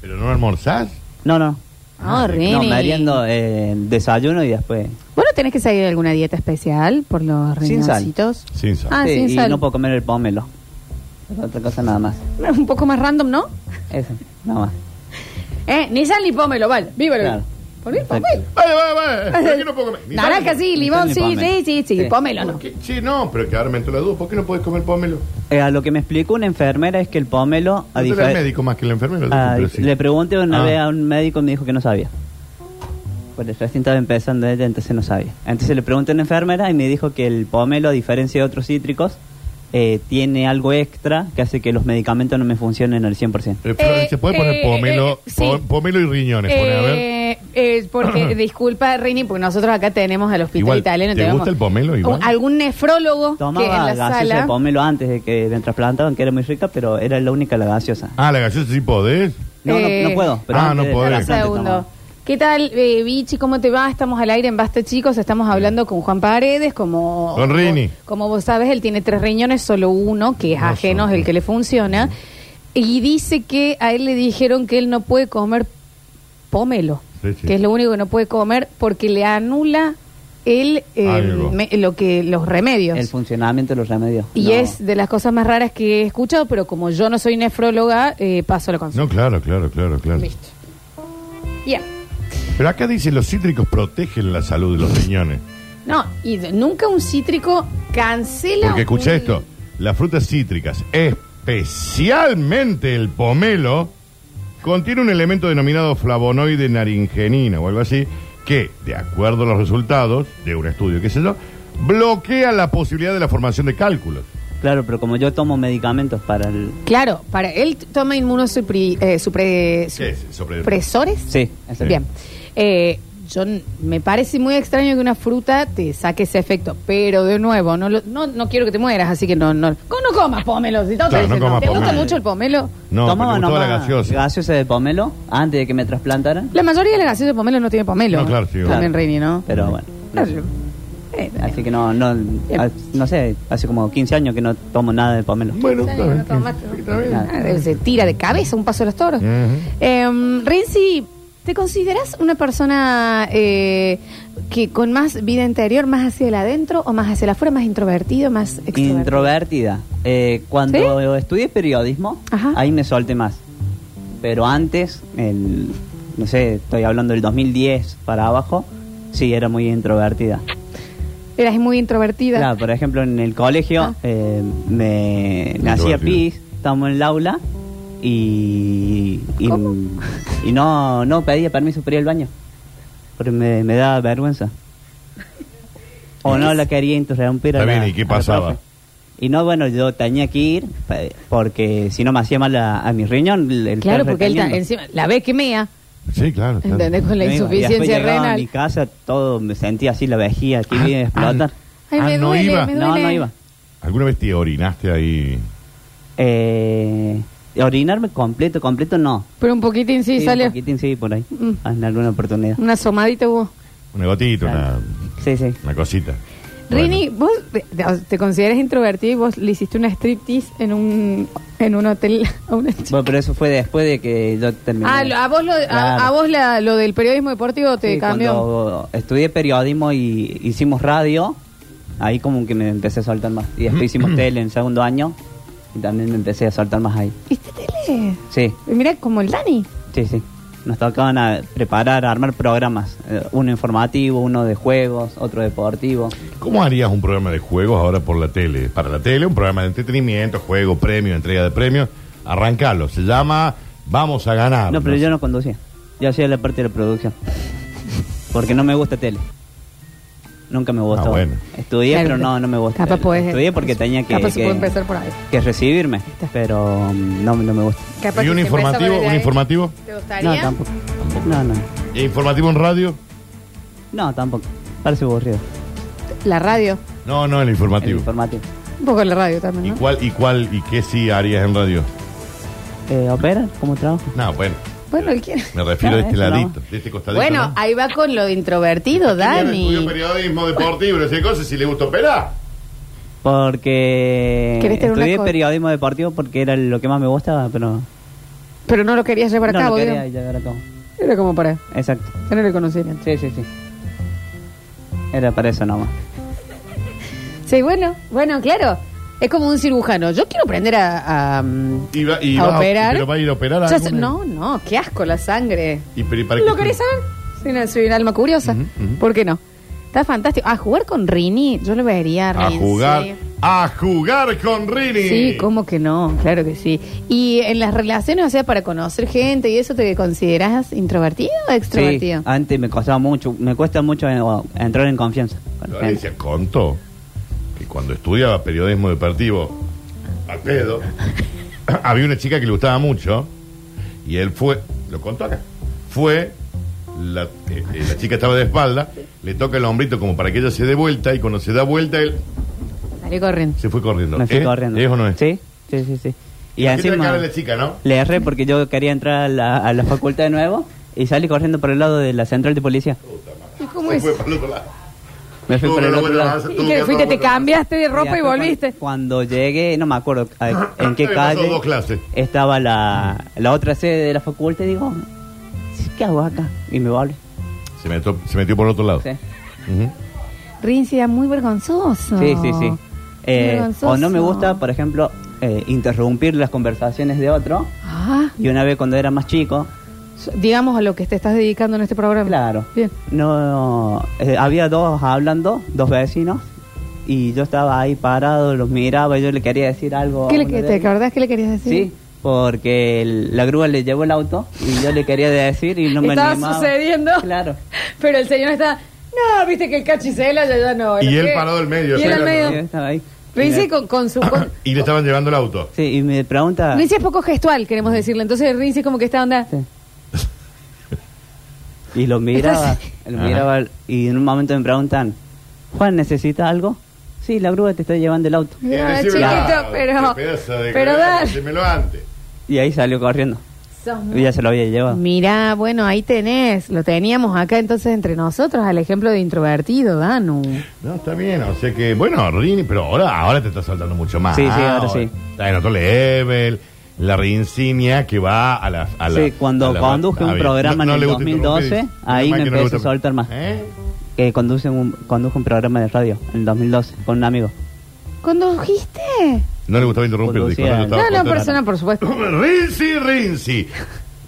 B: ¿Pero no almorzás?
T: No, no.
D: No, Rini.
T: No, meriendo eh, desayuno y después.
D: Ah, Vos no tenés que salir de alguna dieta especial por los
T: Sin sal.
D: riñoncitos.
B: Sin
T: sal.
D: Ah,
T: Sí,
D: sin
T: y
D: sal.
T: no puedo comer el pomelo. Otra cosa nada más.
D: Un poco más random, ¿no?
T: Eso, nada más.
D: Eh, ni sal ni pomelo, vale. Vívalo.
T: Claro.
D: Por mí,
T: Perfecto.
D: pomelo.
B: Vale, vale, vale. Aquí no puedo comer. Ni
D: Naranja
B: sal,
D: sí,
B: ni sal,
D: limón sí,
B: ni
D: sí,
B: pomelo.
D: sí, sí,
T: Sí.
D: pomelo no.
B: ¿Por qué? Sí, no, pero que ahora me entró la duda. ¿Por qué no podés comer pomelo?
T: Eh, a lo que me explicó una enfermera es que el pomelo. A
B: No tú
T: difer-
B: eres médico más que el enfermero.
T: a-
B: pero sí.
T: Ah, Le pregunté una
B: Ah.
T: vez a un médico y me dijo que no sabía. Por eso recién estaba empezando ella, entonces no sabía. Entonces le pregunté a una enfermera y me dijo que el pomelo, a diferencia de otros cítricos, eh, tiene algo extra que hace que los medicamentos no me funcionen al 100%.
B: Flor, ¿Se puede poner
D: eh,
B: pomelo,
D: eh, sí.
B: po- pomelo y riñones? Pone, a ver.
D: Eh, eh, porque, disculpa, Rini, porque nosotros acá tenemos al hospital
T: Igual,
D: italiano.
T: ¿te
D: tenemos
T: gusta el pomelo, Iván?
D: un- Algún nefrólogo que en
T: Tomaba
D: la
T: gaseosa de
D: sala.
T: pomelo antes de que me trasplantaban, que era muy rica, pero era la única la gaseosa.
B: Ah, la gaseosa sí podés.
T: No, no-
D: Eh,
T: no, puedo. pero
B: Ah,
T: antes
B: no
T: de-
B: podés.
D: Un segundo. ¿Qué tal, eh, Vichy? ¿Cómo te va? Estamos al aire en Basta, chicos. Estamos hablando con Juan Paredes. Como,
B: Con Rini.
D: Como vos sabes, él tiene tres riñones, solo uno, que es ajeno, es el que le funciona. Y dice que a él le dijeron que él no puede comer pomelo,
B: Sí, sí.
D: que es lo único que no puede comer porque le anula el, eh,
T: Algo.
D: me- lo que, los remedios.
T: El funcionamiento de los remedios.
D: y es de las cosas más raras que he escuchado, pero como yo no soy nefróloga, eh, paso la consulta.
B: No, claro, claro, claro, claro.
D: Listo. Bien.
B: Pero acá dice los cítricos protegen la salud de los riñones.
D: No, y de- nunca un cítrico cancela.
B: Porque escuché
D: un-
B: esto: las frutas cítricas, especialmente el pomelo, contiene un elemento denominado flavonoide naringenina o algo así, que, de acuerdo a los resultados de un estudio, qué sé yo, bloquea la posibilidad de la formación de cálculos.
T: Claro, pero como yo tomo medicamentos para el...
D: Claro, para él toma inmunosupri, eh, supre- supresores.
T: Sí, exacto.
D: Bien. Eh, yo n- me parece muy extraño que una fruta te saque ese efecto, pero de nuevo, no, lo- no, no quiero que te mueras, así que no, no, Co- no comas pomelo. Si todo te
T: Claro,
D: dicen,
T: no comas
D: ¿Te gusta
T: pomelo.
D: mucho el pomelo?
B: No,
T: Tomaba
B: pero me gustaba la
T: nomás
B: gaseosa.
T: gaseosa de pomelo antes de que me trasplantaran.
D: La mayoría de las gaseosas de pomelo no tiene pomelo.
T: No, claro, sí,
D: También
T: claro.
D: Rini, ¿no?
T: Pero bueno.
D: Claro. Eh,
T: Así que no, no, a- no sé, hace como 15 años que no tomo nada de pomelo.
B: Bueno,
D: No tomas- Ah, Se tira de cabeza un paso a los toros. Eh, Renzi, ¿te consideras una persona eh, que con más vida interior, más hacia el adentro o más hacia el afuera, más introvertido, más extrovertido?
T: Introvertida. Eh, cuando estudié periodismo, ahí me solté más. Pero antes, el, no sé, estoy hablando del 2010 para abajo, sí, era muy introvertida.
D: Eras muy introvertida.
T: Claro, por ejemplo, en el colegio
D: Ah.
T: eh, me, me hacía pis, estábamos en el aula y, y, y no, no pedía permiso para ir al baño, porque me, me daba vergüenza. O no la quería interrumpir. a
B: Está
T: la-
B: bien, ¿y qué
T: a la
B: pasaba?
T: profe. Y no, bueno, yo tenía que ir pe- porque si no me hacía mal a, a mi riñón. el- el
D: Claro,
T: estar
D: porque él ta-
T: reteniendo.
D: encima la ve que mea.
B: Sí, claro.
D: ¿Entendés? Con la
T: Y después
D: insuficiencia
T: llegaba a
D: renal.
T: mi casa todo, me sentía así la vejía, que iba a explotar.
D: Ay, me
T: ah, no
D: duele,
T: iba.
D: me
T: No,
D: duele.
T: no iba.
B: ¿Alguna vez te orinaste ahí?
T: Eh, orinarme completo, completo no.
D: Pero un poquitín sí,
T: Sí,
D: sale.
T: Un poquitín sí, por ahí. Ah,
D: Mm.
T: En alguna oportunidad.
D: Una asomadita hubo.
B: Una gotita, una,
T: Sí, sí.
B: una cosita.
D: Rini, vos te, te consideras introvertida y vos le hiciste una striptease en un, en un hotel a una chica.
T: Bueno, pero eso fue después de que yo terminé.
D: Ah, lo- a vos, lo, a-
T: Claro.
D: a, vos la- lo del periodismo deportivo te
T: Sí,
D: cambió.
T: Cuando estudié periodismo y hicimos radio, ahí como que me empecé a soltar más. Y después hicimos tele en segundo año y también me empecé a soltar más ahí.
D: ¿Viste tele?
T: Sí,
D: Mira, como el Dani.
T: sí, sí. Nos tocaban a preparar, a armar programas. Eh, Uno informativo, uno de juegos, otro deportivo.
B: ¿Cómo harías un programa de juegos ahora por la tele? Para la tele, un programa de entretenimiento, juego, premio, entrega de premios. Arrancalo. Se llama Vamos a ganar.
T: Ah, No, pero yo no conducía. Yo hacía la parte de la producción. Porque no me gusta tele. Nunca me gustó.
B: Ah, bueno.
T: Estudié,
D: Claro,
T: pero no, no me gusta.
D: Capaz
T: tele.
D: podés-
T: Estudié porque tenía que,
D: Capaz se puede
T: que,
D: empezar por ahí.
T: que recibirme, pero mm, no, no me gusta.
D: Capaz
B: ¿Y
D: que
B: un
D: se empieza por
B: informativo?
D: ahí de
B: ¿Un
D: ahí.
B: informativo?
D: ¿Te
T: No,
D: gustaría?
T: tampoco. No, no.
B: ¿Y informativo en radio?
T: No, tampoco. Parece aburrido.
D: la radio.
B: No, no, el informativo.
T: informativo.
D: Un poco la radio también,
B: ¿Y
D: ¿no?
B: cuál, y cuál, y qué sí harías en radio?
T: Eh, ¿Opera? ¿Cómo trabajo?
B: No, bueno,
D: Bueno, él quiere.
B: me refiero a
T: No,
B: este
T: eso no.
B: ladito, de este costadito.
D: Bueno,
B: ¿no?
D: ahí va con lo de introvertido,
B: Estudió
D: Dani.
B: periodismo deportivo, no sé cosas, si le gusta operar.
T: Porque
D: ¿Querés tener una
T: estudié
D: co-
T: periodismo deportivo porque era lo que más me gustaba, pero
D: Pero no lo querías llevar a
T: no lo
D: cabo,
T: quería
D: digamos.
T: llevar a cabo.
D: Era como para
T: Exacto.
D: tener el conocimiento.
T: Sí, sí, sí. Era para eso nomás.
D: Sí, bueno, bueno, claro. Es como un cirujano. Yo quiero aprender a. a, mm,
B: Y va, y
D: a
B: vas a-
D: operar.
B: pero va a ir a operar
D: Yo
B: alguna-
D: sé- no, no, qué asco la sangre.
B: ¿Y, pero, ¿y para
D: ¿Lo
B: qué?
D: querés saber? Soy una, soy un alma curiosa. ¿Por qué no? Está fantástico. A jugar con Rini, yo lo vería
B: A
D: Renzi.
B: jugar, a jugar con Rini.
D: Sí, ¿cómo que no? Claro que sí. Y en las relaciones, o sea, para conocer gente y eso, ¿te consideras introvertido o
T: Sí,
D: extrovertido?
T: antes me costaba mucho, me cuesta mucho eh, o- entrar en confianza. con la gente.
B: Florencia contó que cuando estudiaba periodismo deportivo al pedo, había una chica que le gustaba mucho y él fue, lo contó acá, fue, la, eh, eh, la chica estaba de espalda, le toca el hombrito como para que ella se dé vuelta y cuando se da vuelta él
D: Salí corriendo.
B: se fue corriendo.
T: Me fui
B: ¿Eh?
T: corriendo.
B: ¿Es o no es?
T: Sí, sí, sí, sí.
B: Imagínate
T: Y
B: la cara
T: encima
B: de la chica, ¿no?
T: le erré porque yo quería entrar a la, a la facultad de nuevo y salí corriendo por el lado de la central de policía.
D: ¿Y cómo
B: Se
D: es?
B: fue para el otro lado.
T: Me fui
B: Tuvo
T: por
B: que
T: el
B: dar
T: otro
B: vuelta,
T: lado.
B: tuvo
D: Y
B: que
D: que
B: dar
D: fuiste, te
B: vuelta.
D: cambiaste de ropa y
T: después
D: volviste.
T: Cuando llegué, no me acuerdo a- en qué
B: Ah, Me pasó
T: calle
B: dos clases.
T: estaba la, la otra sede de la facultad y digo, ¿qué hago acá? Y me volví.
B: Se metió, se metió por el otro lado.
T: Sí.
B: Ujú.
D: Rinzi era muy vergonzoso.
T: Sí, sí, sí. Eh,
D: vergonzoso.
T: o no me gusta, por ejemplo, eh, interrumpir las conversaciones de otro.
D: Ah,
T: Y una vez cuando era más chico,
D: digamos a lo que te estás dedicando en este programa.
T: Claro.
D: Bien.
T: No, eh, había dos hablando, dos vecinos, y yo estaba ahí parado, los miraba, y yo le quería decir algo. a
D: ¿Qué le,
T: uno de
D: te
T: ellos.
D: acordás qué le querías decir?
T: Sí, porque el- la grúa le llevó el auto y yo le quería decir y no me
D: Estaba
T: animaba.
D: sucediendo. Claro. Pero el señor está. No, viste que el cachicela ya, ya no.
B: Y
D: ¿no
B: él
D: qué?".
B: paró del medio,
D: Y
B: sí,
D: él al
B: claro,
D: medio.
T: Yo estaba ahí.
D: Lo hice con, con su. con-
B: Y le estaban llevando el auto.
T: Sí, y me pregunta.
D: Rinzi es poco gestual, queremos decirle. Entonces Rinzi es como que está onda.
T: Y lo miraba, lo
B: Ajá.
T: miraba y en un momento me preguntan, Juan, ¿necesita algo? Sí, la grúa te está llevando el auto.
D: "No,
B: decime
D: chiquito,
B: la-
D: pero.
B: Eh, qué pedazo de
D: Pero
B: cabeza,
D: dale.
B: decímelo antes.
T: Y ahí salió corriendo.
D: Sos
T: Y ya se lo había llevado.
D: Mirá, bueno, ahí tenés. Lo teníamos acá entonces entre nosotros, al ejemplo de introvertido, Danu.
B: No, está bien, o sea que, bueno, Rini, pero ahora, ahora te está saltando mucho más.
T: Sí, sí, ahora sí.
B: Está en otro level, la rincinia que va a la... a la-
T: sí, cuando
B: a la-
T: conduje
B: Ah,
T: un
B: bien. No-
T: programa
B: no
T: en
B: le
T: el
B: gusta interrumpir,
T: 2012,
B: dice.
T: ahí
B: Menos mal
T: me
B: que no le
T: empezó a
B: gusta-
T: soltar más.
B: ¿Eh?
T: Que conduce un, condujo un programa de radio en el 2012 con un amigo.
D: ¿Condujiste?
B: No le gustaba interrumpir, dijo.
T: Conducía-
B: yo estaba
D: No, no,
B: contento.
D: persona, por supuesto.
B: Rinzi, Rinzi.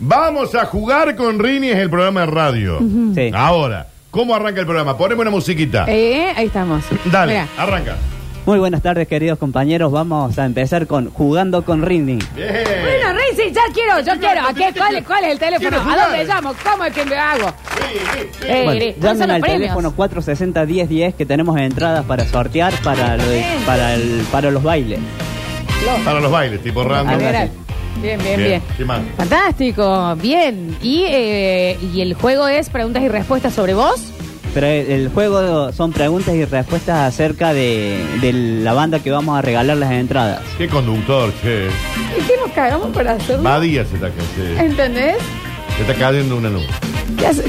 B: Vamos a jugar con Rini, es el programa de radio.
D: Ujú.
T: Sí.
B: Ahora, ¿cómo arranca el programa? Poneme una musiquita.
D: Eh, ahí estamos.
B: Ah. Dale,
D: Mirá.
B: arranca.
T: Muy buenas tardes, queridos compañeros. Vamos a empezar con Jugando con Rindy.
D: Eh,
B: Bien.
D: Bueno, Rinzi, ya quiero, yo quiero. ¿A qué, cuál, cuál es el teléfono?
B: Quiero
D: ¿A
B: jugar.
D: dónde llamo? ¿Cómo es que me hago? Eh,
T: Bueno,
D: eh, ¿cuáles son
T: llamen
D: los
T: al
D: premios?
T: teléfono 460-1010 que tenemos entradas para sortear para, lo de- para, el- para los bailes.
B: Para los bailes, tipo random.
T: Algo
D: General. Bien, bien, bien.
B: ¿Qué más?
D: Fantástico, bien. Y, eh, y el juego es preguntas y respuestas sobre vos.
T: Pero el el juego son preguntas y respuestas acerca de, de la banda que vamos a regalar las entradas.
B: ¿Qué conductor, che?
D: ¿Y qué nos cagamos para hacerlo?
B: Badía se está, se,
D: ¿Entendés?
B: se está cayendo una luz.
D: ¿Qué hace?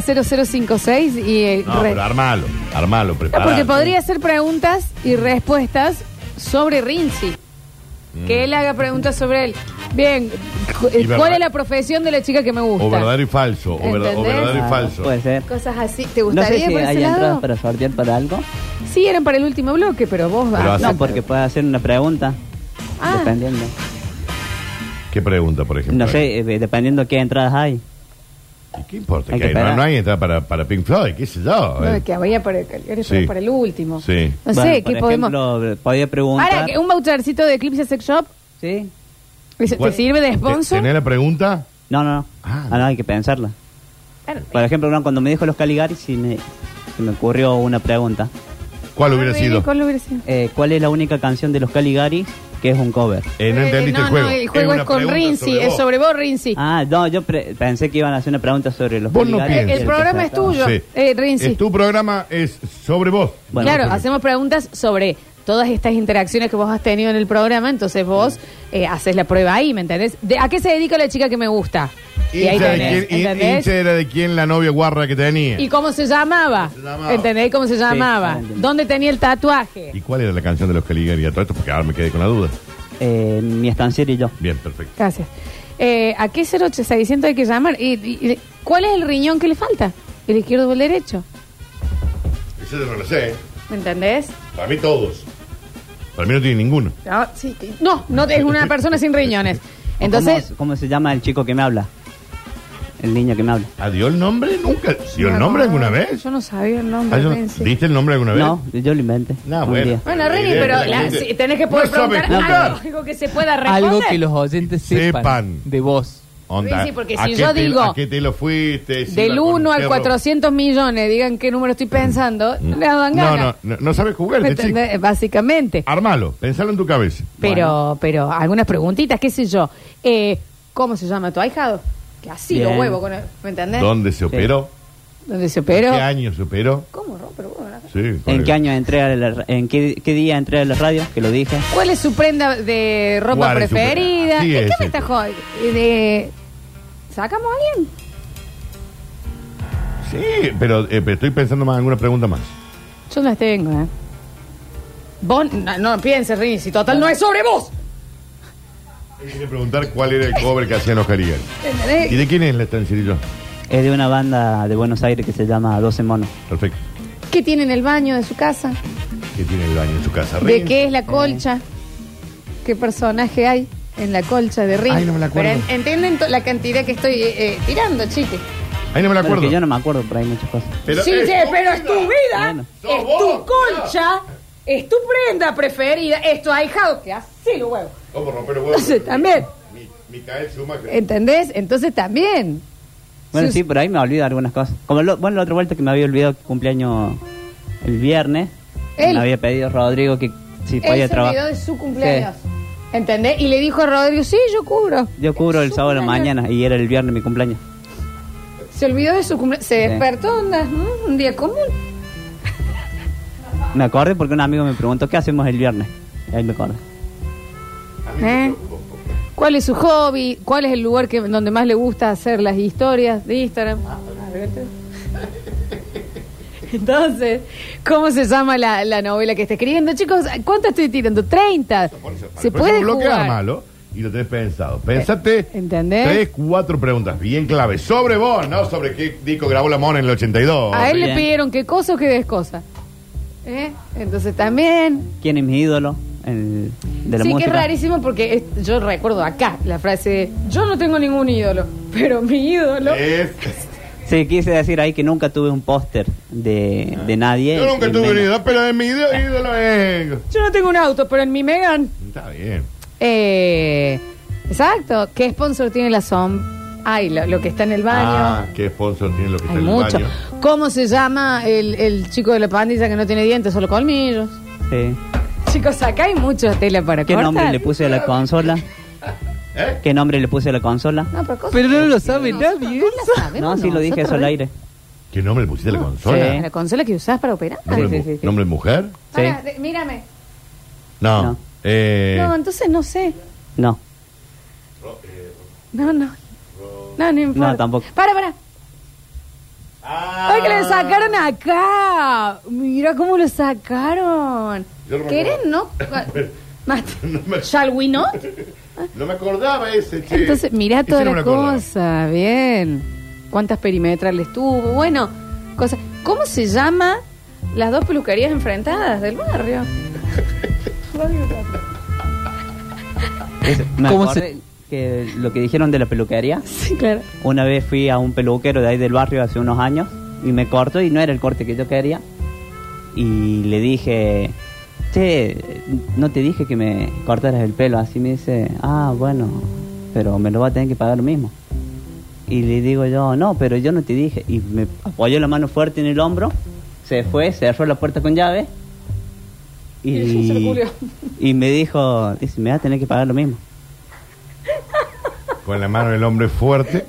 D: 460-0056 y... eh,
B: No,
D: re- Ah,
B: pero armalo, armalo, preparalo.
D: porque podría hacer preguntas y respuestas sobre Rinzi. Que él haga preguntas sobre él. Bien, cu-
B: Mm.
D: eh,
B: Y
D: ¿cuál
B: verdad-
D: es la profesión de la chica que me gusta?
B: O verdadero y falso, o, verdad- o
D: ¿Entendés? Ah,
B: verdadero y falso.
T: Ah, Puede ser.
D: Cosas así. ¿Te
T: No
D: gustaría
T: sé si
D: por ese
T: hay
D: lado?
T: entradas para sortear para algo.
D: Sí, eran para el último bloque, pero vos vas.
T: Pero no, porque puede hacer una pregunta.
D: Ah.
T: Dependiendo.
B: ¿Qué pregunta, por ejemplo?
T: No sé, eh, dependiendo qué entradas hay.
B: ¿Qué importa?
T: Hay
B: que
T: que
B: hay? No,
T: esperar.
B: no hay entrada para, para Pink Floyd, qué sé yo.
D: No,
B: eh.
D: que voy a para el, era
B: Sí.
D: para el último.
B: Sí.
D: No
T: Bueno,
D: sé, ¿qué
T: por
D: podemos...?
T: ejemplo, podía preguntar.
D: Ahora, ¿que ¿un vouchercito de Eclipse Sex Shop?
T: Sí.
D: ¿Eso ¿Te
B: Bueno,
D: sirve de sponsor?
B: ¿Tenés la pregunta?
T: No, no, no. Ah, no, hay que pensarla.
D: Claro.
T: Por ejemplo, no, cuando me dijo los Caligaris, sí me, se me ocurrió una pregunta.
B: ¿Cuál hubiera
D: Sí,
B: sido?
D: ¿cuál hubiera sido?
T: Eh, ¿Cuál es la única canción de los Caligaris que es un cover?
B: Eh, no
D: Eh,
B: entendiste
D: no,
B: el juego.
D: No, el juego es,
B: una
D: con
B: pregunta
D: Rinzi,
B: sobre
D: es
B: vos.
D: sobre vos, Rinzi.
T: Ah, no, yo pre- pensé que iban a hacer una pregunta sobre los
B: Vos no
T: Caligaris.
B: pienses.
D: El programa es tuyo,
B: Sí.
D: eh, Rinzi.
B: Es tu programa es sobre vos.
T: Bueno,
D: claro,
T: sobre-
D: hacemos preguntas sobre todas estas interacciones que vos has tenido en el programa, entonces vos eh, haces la prueba ahí, ¿me entendés? De, ¿A qué se dedica la chica que me gusta? Y ahí
B: Hincha de
D: tenés,
B: quién- hin-
D: ¿entendés?
B: hincha era de quién la novia guarra que tenía.
D: ¿Y cómo se llamaba? ¿Entendés cómo se llamaba?
T: ahora entiendo.
D: ¿Dónde tenía el tatuaje?
B: ¿Y cuál era la canción de los Caligari a todo esto? Porque ahora me quedé con la duda.
T: Eh, mi estanciero y yo.
B: Bien, perfecto.
D: Gracias. Eh, ¿A qué 08600 hay que llamar? ¿Y, y- y- cuál es el riñón que le falta? ¿El izquierdo o el derecho?
B: Eso yo no lo sé.
D: ¿Me entendés?
B: Para mí todos. Para mí no tiene ninguno.
D: No, sí, sí. no, no es una persona sin riñones. Entonces,
T: ¿Cómo, cómo se llama el chico que me habla? El niño que me habla.
B: ¿Ah, dio el nombre? ¿Nunca? ¿Dio el nombre alguna vez?
D: yo no sabía el nombre.
B: Ah, yo-
D: Renzi.
B: ¿Diste el nombre alguna vez?
T: No, yo lo inventé.
B: No,
T: Un
B: bueno.
T: día.
D: Bueno, Rini,
B: Idea
D: pero
B: de la
D: la-
B: gente.
D: sí, tenés que poder
B: No sabe
D: preguntar
B: escuchar.
D: algo, algo que se pueda responder.
G: Algo que los oyentes sepan,
B: Sepan.
G: de vos.
B: Onda.
D: Sí, porque
B: ¿A
D: si
B: qué
D: yo
B: te-
D: digo-
B: ¿A qué te lo fuiste? Si
D: Del
B: iba con
D: 1 al
B: perro.
D: 400 millones, digan qué número estoy pensando, no le dan
B: Mm. No,
D: ganas.
B: no, no, no sabes jugar,
D: ¿Me
B: este chico.
D: entendés? Básicamente.
B: Armalo, pensalo en tu cabeza.
D: Pero, pero algunas preguntitas, qué sé yo. Eh, ¿Cómo se llama tu ahijado? Que así lo
T: Bien.
D: huevo, con el- ¿me entendés?
B: ¿Dónde se operó?
D: ¿Dónde se
B: ¿En
D: operó?
B: ¿Qué año se operó?
D: ¿Cómo romper huevo? no?
B: Sí, con
T: ¿En
B: el-
T: qué año entré a la, en qué, qué día entré a la radio? Que lo dije.
D: ¿Cuál es su prenda de ropa
B: ¿Cuál es su prenda?
D: preferida?
B: Así
D: ¿En
B: es,
D: qué me
B: sí.
D: está jod- eh, de- ¿Sacamos a alguien?
B: Sí, pero, eh, pero estoy pensando más alguna pregunta más.
D: Yo no te vengo, ¿eh? Vos, no, no pienses, Rini, si total no es sobre vos.
B: Quería preguntar cuál era el cover que hacían los Caligan.
D: Eh,
B: ¿Y de quién es la estanciero?
T: Es de una banda de Buenos Aires que se llama 12 Monos.
B: Perfecto.
D: ¿Qué tiene en el baño de su casa?
B: ¿Qué tiene el baño en su casa?
D: ¿De
T: Eh.
B: Rin?
D: qué es la colcha? ¿Qué personaje hay? en la colcha de ring.
B: Ay, no me la acuerdo.
D: Pero en- entienden to- la cantidad que estoy eh, eh, tirando, chiques.
B: Ahí no me la
T: Bueno,
B: acuerdo.
T: que yo no me acuerdo, pero hay muchas cosas.
D: sí, che, pero es tu vida, es tu colcha, es tu prenda preferida, es tu ahijado que así lo huevo.
B: Vamos a romper los huevos.
D: Entonces también,
B: Mi- Micael Schumacher.
D: ¿entendés? Entonces también.
T: Bueno,
D: Sí,
T: sí, por ahí me olvido algunas cosas. Como lo- bueno, la otra vuelta que me había olvidado que cumpleaños el viernes,
D: Él.
T: me había pedido Rodrigo que si podía
D: Él se olvidó
T: trabajar.
D: de su cumpleaños. ¿Entendés? Y le dijo a Rodrigo, sí, yo cubro.
T: Yo cubro el sábado a la mañana y era el viernes mi cumpleaños.
D: Se olvidó de su cumpleaños. Se
T: Sí.
D: despertó onda, ¿no? un día común.
T: Me acordé porque un amigo me preguntó, ¿qué hacemos el viernes? Y ahí me acordé.
D: ¿eh? ¿Cuál es su hobby? ¿Cuál es el lugar que, donde más le gusta hacer las historias de Instagram? Entonces, ¿cómo se llama la, la novela que está escribiendo? Chicos, ¿cuánto estoy tirando? ¿30? Se
B: Por eso
D: puede
B: un bloque
D: jugar.
B: armalo y lo tenés pensado. Pensate
D: ¿Entendés?
B: tres, cuatro preguntas bien clave. Sobre vos, no sobre qué disco grabó la mona en el 82.
D: A él le pidieron qué cosa o qué descosa. ¿Eh? Entonces también.
T: ¿Quién es mi ídolo el- de la
D: sí, que
T: música?
D: es rarísimo porque es- yo recuerdo acá la frase: Yo no tengo ningún ídolo, pero mi ídolo.
B: Eh.
T: Sí, quise decir ahí que nunca tuve un póster de, de nadie.
B: Ah. Yo nunca
T: y
B: tuve
T: menos-
B: un ídolo, pero de mi ídolo, ídolo es.
D: Yo no tengo un auto, pero en mi Megan.
B: Está bien.
D: Eh, exacto. ¿Qué sponsor tiene la SOM? Ay, lo, lo que está en el baño.
B: Ah, qué sponsor tiene lo que está en el
D: Mucho.
B: baño.
D: ¿Cómo se llama el, el chico de la pandilla que no tiene dientes, solo colmillos?
T: Sí.
D: Chicos, acá hay mucha tela para
T: ¿Qué
D: cortar.
T: nombre le puse a la consola?
B: ¿Eh?
T: ¿Qué nombre le puse a la consola?
D: No, pero, cosas
G: Pero
D: que
G: no lo
D: decimos
G: sabe
D: nosotros,
G: nadie
D: No, la
T: No,
D: sabemos
T: sí lo dije eso
D: nosotros,
T: al
D: ¿eh?
T: aire.
B: ¿Qué nombre le pusiste a la consola?
D: Ah, Sí, La consola que usás para operar.
B: ¿Nombre,
D: Sí,
B: mu-
D: sí, sí.
B: nombre mujer?
D: Pará, de- mírame.
B: No. Eh,
D: No, entonces no sé.
T: No.
D: No, no. No, no importa.
T: No, tampoco.
D: Para, para.
B: ah,
D: Ay, que le sacaron acá. Mira cómo lo sacaron.
B: Yo no me
D: ¿Querés no? Más- ¿Shall we not?
B: no me acordaba ese, che.
D: Entonces, mirá
B: Ese
D: toda
B: no me
D: la
B: lo acordaba.
D: cosa. Bien. ¿Cuántas perimetrales tuvo? Bueno, cosas. ¿Cómo se llama las dos peluquerías enfrentadas del barrio?
T: Me
G: ¿Cómo
T: acordé que lo que dijeron de la peluquería.
D: Sí, claro.
T: Una vez fui a un peluquero de ahí del barrio hace unos años y me cortó y no era el corte que yo quería. Y le dije, che, no te dije que me cortaras el pelo. Así me dice, ah, bueno, pero me lo va a tener que pagar lo mismo. Y le digo yo, no, pero yo no te dije. Y me apoyó la mano fuerte en el hombro, se fue, cerró la puerta con llave.
D: Y se lo
T: Y,
D: culió.
T: y me dijo, dice, me va a tener que pagar lo mismo.
B: Con la mano del hombre fuerte.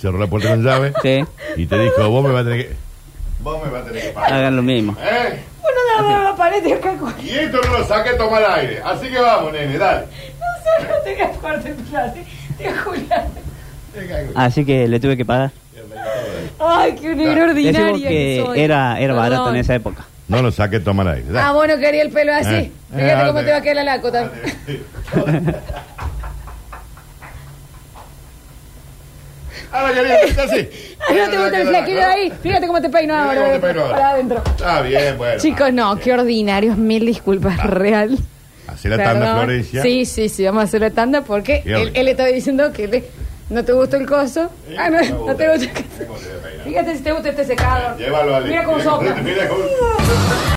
B: Cerró la puerta con llave.
T: Sí.
B: Y te dijo, vos me vas a tener que. Vos me vas a tener que pagar.
T: Hagan lo mismo.
B: ¿Eh?
D: Ah. Bueno, la, la, la pared de acá. con-
B: Y esto no lo saqué a tomar aire. Así que vamos, nene, dale.
D: No sé, no tengas parte de plate. ¿eh? Te juro.
T: Así que le tuve que pagar.
D: Ay, qué negra ordinaria
T: Decimos que
D: soy.
T: era, era barato
D: Perdón.
T: en esa época.
B: No lo saqué a tomar aire.
D: Ah,
B: Dale.
D: vos no querías el pelo así.
B: Eh,
D: Fíjate
B: eh,
D: cómo
B: dale.
D: te va a quedar la lacota.
B: Ahora, querida, está así.
D: no te gusta el flequillo ahí. Fíjate cómo te peino
B: Fíjate
D: ahora. eh,
B: cómo te peino ahora.
D: Para adentro.
B: Está Ah, bien, bueno.
D: Chicos, no, qué ordinarios. Mil disculpas, real.
B: Hacé la Ah. tanda,
D: Perdón.
B: Florencia.
D: Sí, sí, sí, vamos a hacer la tanda porque
B: Qué
D: él,
B: ordinario.
D: él estaba diciendo que le- no te gusta el coso. Ah, no, no te gusta el coso. Fíjate si te gusta este secador.
B: Llévalo, Ale.
D: Mira cómo
B: Mira cómo-
D: sopla.
B: mira cómo-